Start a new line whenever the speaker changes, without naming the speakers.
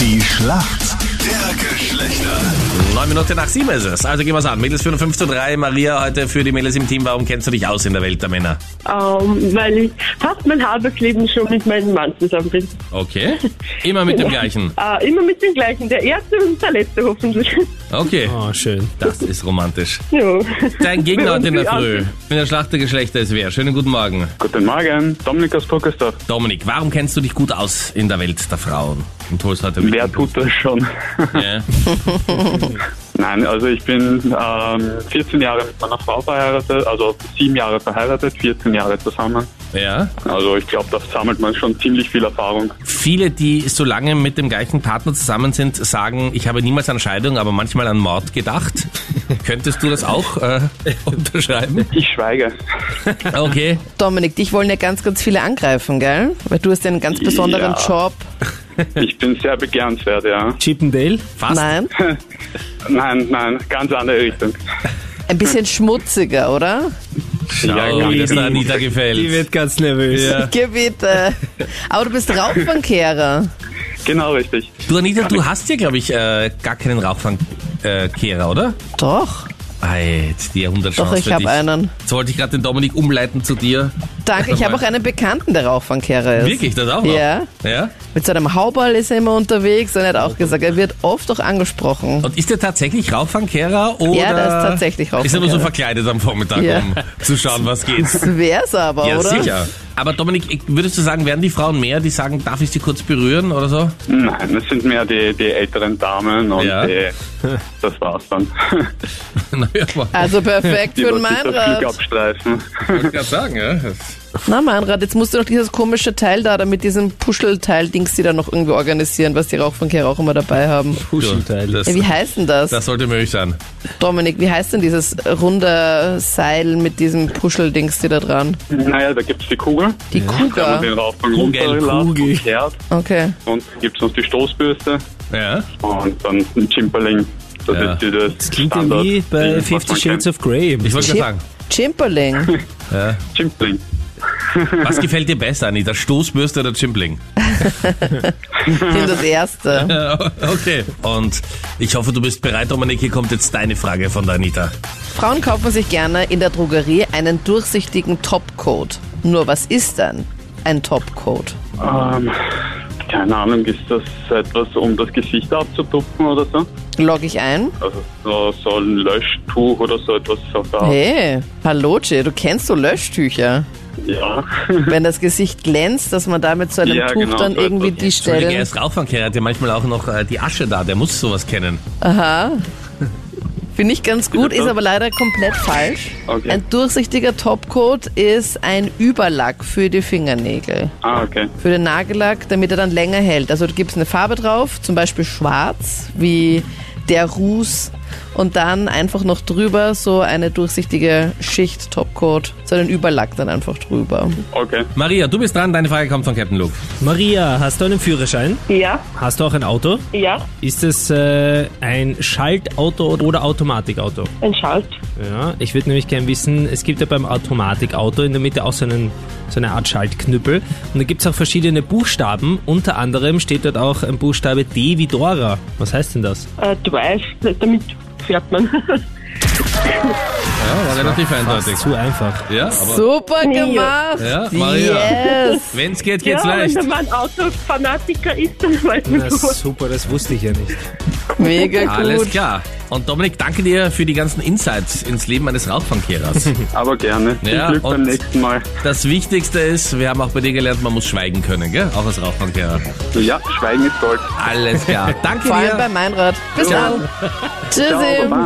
Die Schlacht der Geschlechter.
Neun Minuten nach sieben ist es. Also gehen wir's an. Mädels 4 5 zu 3. Maria heute für die Mädels im Team. Warum kennst du dich aus in der Welt der Männer?
Ähm, weil ich fast mein halbes Leben schon mit meinem Mann zusammen bin.
Okay. Immer mit dem gleichen.
Äh, immer mit dem gleichen, der erste und der letzte hoffentlich.
Okay.
Oh, schön.
Das ist romantisch.
ja.
Dein Gegner heute in der
Irgendwie
Früh. In der Schlacht der Geschlechter ist wer? Schönen guten Morgen.
Guten Morgen, Dominik aus Burgersdorf.
Dominik, warum kennst du dich gut aus in der Welt der Frauen? Und holst heute mit.
Wer tut das schon?
Ja.
Nein, also ich bin ähm, 14 Jahre mit meiner Frau verheiratet, also sieben Jahre verheiratet, 14 Jahre zusammen.
ja.
Also ich glaube, da sammelt man schon ziemlich viel Erfahrung.
Viele, die so lange mit dem gleichen Partner zusammen sind, sagen, ich habe niemals an Scheidung, aber manchmal an Mord gedacht. Könntest du das auch äh, unterschreiben?
Ich schweige.
Okay.
Dominik, dich wollen ja ganz, ganz viele angreifen, gell? Weil du hast ja einen ganz besonderen
Ja.
Job.
Ich bin sehr begehrenswert, ja.
Chip and Dale?
Fast.
Nein,
Nein, nein, ganz andere Richtung.
ein bisschen schmutziger, oder? Oh,
Schau,
Ja,
wie es
die-
der Anita
Die
gefällt.
wird ganz nervös.
Ja.
Gebiete. Aber du bist Rauchverkehrer.
Genau richtig.
Du Anita, du hast ja, glaube ich, äh, gar keinen Rauchfangkehrer, äh, Kehrer, oder?
Doch,
Ei, jetzt die Jahrhundertchance
doch, ich
für dich.
habe einen.
Jetzt wollte ich gerade den Dominik umleiten zu dir.
Danke, ich habe auch einen Bekannten, der Rauchverkehrer ist.
Wirklich, das auch noch?
Ja,
Ja?
mit seinem Hauball ist er immer unterwegs und er hat auch gesagt, er wird oft auch angesprochen.
Und ist der tatsächlich Rauchfangkehrer oder?
Ja, der ist
Ist
tatsächlich
er nur so
Rauchfangkehrer.
verkleidet am Vormittag,
Ja.
um zu schauen, was geht.
Wär's aber,
Ja,
oder?
sicher. Aber Dominik, ich- würdest du sagen, werden die Frauen mehr, die sagen, darf ich sie kurz berühren oder so?
Nein, es sind mehr die, die älteren Damen und
Ja.
die, das war's dann.
naja, aber
Also perfekt
Die
für den
wird sich das Glück
Meinrad.
abstreifen.
ich gerade sagen, ja.
Na Meinrad, jetzt musst du noch dieses komische Teil da, da mit diesem Puschelteil-Dings, die da noch irgendwie organisieren, was die Rauchverkehrer auch immer dabei haben.
Puschenteil.
Das,
Ja, wie heißt denn das?
das sollte möglich sein.
Dominik, wie heißt denn dieses runde Seil mit diesem Puscheldings die da dran?
Naja, da gibt's die Kugel,
Die
wenn man den
Kuga.
Rauchfang
Kugel,
runterlässt
Kugel.
und kehrt.
Okay.
Und gibt's noch die Stoßbürste.
Ja.
Und dann ein Chimperling. Das
Ja.
ist dieses
Das klingt ja wie bei Fifty Shades of Grey.
Ich wollte
Chip-
gerade sagen,
Chimperling.
Chimperling.
was gefällt dir besser, Anita? Stoßbürste oder Chimpling?
Ich bin das Erste.
okay. Und ich hoffe, du bist bereit, Dominik. Hier kommt jetzt deine Frage von der Anita.
Frauen kaufen sich gerne in der Drogerie einen durchsichtigen Topcoat. Nur was ist denn ein Topcoat?
Ähm, keine Ahnung, ist das etwas, um das Gesicht abzutupfen oder so?
Log ich ein?
Also so, so ein Löschtuch oder so etwas. So da.
Hey, hallo Jay, du kennst so Löschtücher.
Ja.
Wenn das Gesicht glänzt, dass man da mit so einem
Ja,
Tuch
genau,
dann
so
irgendwie
etwas.
die
Entschuldige, er
Stellen...
ist Rauchfangkehrer, hat ja manchmal auch noch äh, die Asche da. Der muss sowas kennen.
Aha. Finde ich ganz gut,
Bitte?
ist aber leider komplett falsch.
Okay.
Ein durchsichtiger Topcoat ist ein Überlack für die Fingernägel,
Ah, okay.
für den Nagellack, damit er dann länger hält. Also du gibst eine Farbe drauf, zum Beispiel schwarz, wie der Ruß, und dann einfach noch drüber so eine durchsichtige Schicht Topcoat, so einen Überlack dann einfach drüber.
Okay.
Maria, du bist dran. Deine Frage kommt von Captain Luke.
Maria, hast du einen Führerschein?
Ja,
Hast du auch ein Auto?
ja,
Ist es äh, ein Schaltauto oder Automatikauto?
ein Schalt.
Ja, ich würde nämlich gerne wissen, es gibt ja beim Automatikauto in der Mitte auch so, einen, so eine Art Schaltknüppel. Und da gibt es auch verschiedene Buchstaben. Unter anderem steht dort auch ein Buchstabe D wie Dora. Was heißt denn das?
Äh, Drive, damit fährt man.
Ja, war relativ
Fast
eindeutig.
zu einfach.
Ja, aber
Super gemacht!
Ja, Maria.
Yes!
wenn's geht, geht's
ja,
leicht.
wenn man ein Autofanatiker ist, dann weiß man
Na,
sowas.
super, das wusste ich ja nicht.
Mega
Alles
gut.
klar. Und Dominik, danke dir für die ganzen Insights ins Leben eines Rauchfangkehrers.
Aber gerne. Viel
Ja,
Glück beim
und-
nächsten Mal.
Das Wichtigste ist, wir haben auch bei dir gelernt, man muss schweigen können, gell? Auch als Rauchfangkehrer.
Ja, Schweigen ist Gold.
Alles klar. Danke
Vor
dir.
allem bei Meinrad. Bis dann. Tschüssi.
Ciao, baba.